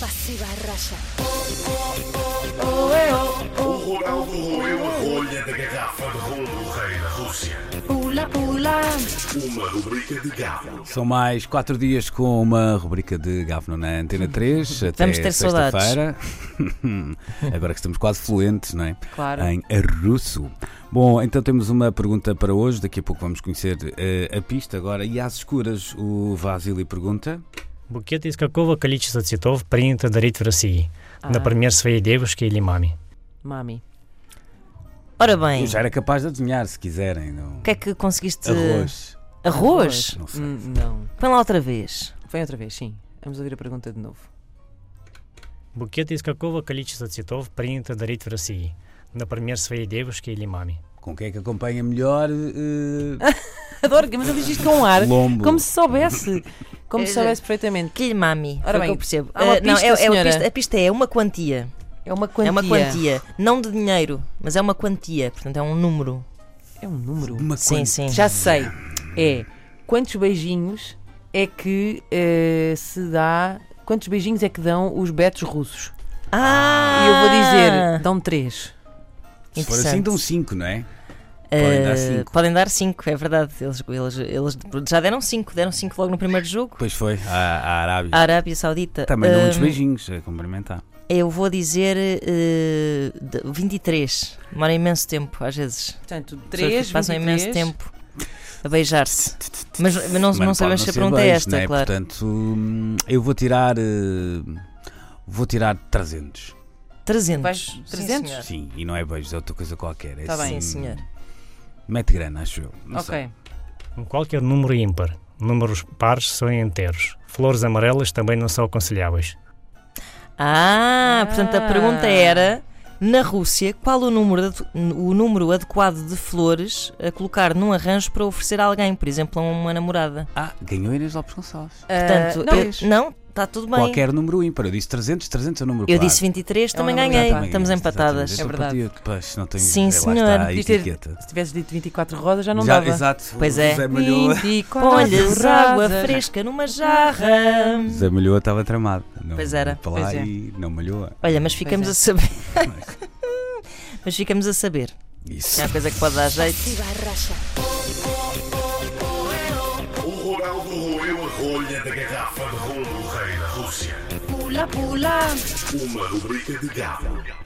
Pasiva raya. oh, eh, O Ronaldo roeu a rolha da garrafa de rum do rei da Rússia. Pula, pula. Uma rubrica de gavos. São mais quatro dias com uma rubrica de Gavno na Antena 3. Até Vamos ter saudades. sexta-feira. Agora que estamos quase fluentes, não é? Claro. Em russo. Bom, então temos uma pergunta para hoje. Daqui a pouco vamos conhecer eh, a pista agora. E às escuras, o Vasily pergunta. Букет из какого количества цветов принято дарить в России? Ah, Например, своей девушке или маме? Mami. Ora bem, Eu já era capaz de adivinhar, se quiserem. Não? o que é que conseguiste? Arroz. Arroz? Não sei. Hum, Não. Põe lá outra vez. Vem outra vez, sim. Vamos ouvir a pergunta de novo. Букет из какого количества цветов принято дарить в России? Например, своей девушке или маме? Com quem é que acompanha melhor? eh, Adoro, mas eu fiz isto com um ar. Lombo. Como se soubesse. Como se É, soubesse perfeitamente. Que lhe mami. Ora Ora bem, bem, eu percebo. há uma Ah, não, pista, é, é uma senhora? pista, a pista é uma quantia. É uma quantia. É uma quantia. Não de dinheiro, mas é uma quantia. Portanto, é um número. É um número. Uma Sim, sim. Já sei. É quantos beijinhos é que eh, se dá. Quantos beijinhos é que dão os betos russos? Ah! E eu vou dizer, dão três. Se for assim, Interessante. dão cinco, não é? Ah, podem dar cinco. podem dar cinco, é verdade. Eles, eles- eles já deram cinco, deram cinco logo no primeiro jogo. Pois foi, à, à Arábia. A Arábia Saudita. Também dão muitos Ah, beijinhos a cumprimentar. Eu vou dizer eh, de- 23. Demora imenso tempo, às vezes. Portanto, As pessoas três. passam 23. imenso tempo a beijar-se. Mas, mas não, Mano, não pode sabemos se a ser pergunta é beijo, esta, né? claro. Portanto, hum, eu vou tirar. eh, vou tirar 300. 300. Vais- Sim, 300? senhor. Sim, e não é beijos, é outra coisa qualquer. É Tá bem. assim, Sim, Ah. senhor. Mete grana, acho eu. Não sei. Ok. Qualquer número ímpar. Números pares são inteiros. Flores amarelas também não são aconselháveis. Ah, portanto a Ah. pergunta era: na Rússia, qual o número, ade- o número adequado de flores a colocar num arranjo para oferecer a alguém, por exemplo, a uma namorada? Ah, ganhou Inês Lopes Gonçalves. Portanto, Ah, não, eu- não, está tudo bem. Qualquer número ímpar. Eu disse 300, 300 é o número Eu par. disse 23, É um também número ganhei. ímpar. Estamos Exatamente, empatadas. É eu sou verdade. partido, pois, não tenho, Sim, lá senhor. Está, a Podia ter- etiqueta. Se tivesse dito 24 rodas, já não Já, dava. exato. Pois o é. Zé Malhoa. 24 Põe-lhes água rodas. fresca numa jarra. Zé Malhoa estava tramado. Não, Pois era. Para lá Pois é. e não malhou. Olha, mas ficamos a Pois saber. mas ficamos a saber. Isso. É uma coisa que pode dar jeito. Pasiva raya. O Ronaldo roeu a rolha da garrafa de rum do rei da Rússia. Pula, pula. Uma rubrica de gavos.